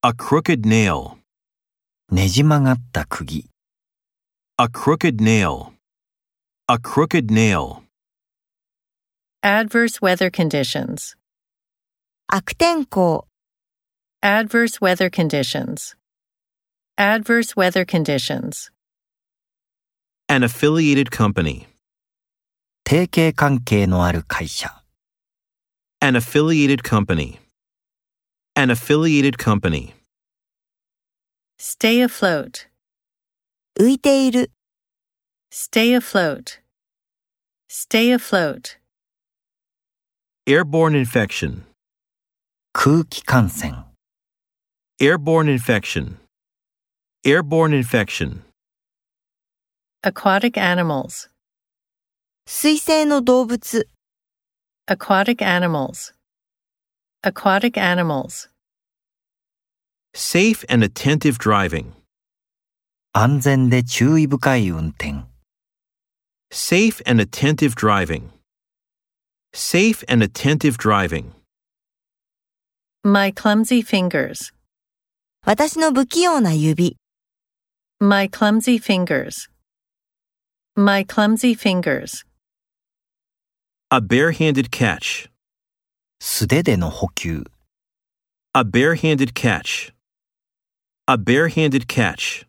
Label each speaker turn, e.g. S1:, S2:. S1: A crooked nail.
S2: ねじ曲がった釘、
S1: A crooked nail. A crooked nail.
S3: Adverse weather conditions.
S4: 悪天候、
S3: Adverse weather conditions. Adverse weather conditions.
S1: An affiliated company.
S2: 提携関係のある会社、
S1: An affiliated company. An affiliated company.
S3: Stay afloat.
S4: 浮いている、
S3: Stay afloat. Stay afloat.
S1: Airborne infection.
S2: 空気感染、
S1: Airborne infection. Airborne infection.
S3: Aquatic animals.
S4: 水生の動物、
S3: Aquatic animals. Aquatic animals.
S1: Safe and attentive driving.
S2: 安全で注意深い運転、
S1: Safe and attentive driving. Safe and attentive driving.
S3: My clumsy fingers.
S4: 私の不器用な指、
S3: My clumsy fingers. My clumsy fingers.
S1: A barehanded catch.
S2: 素手での補給。
S1: A barehanded catch. A barehanded catch.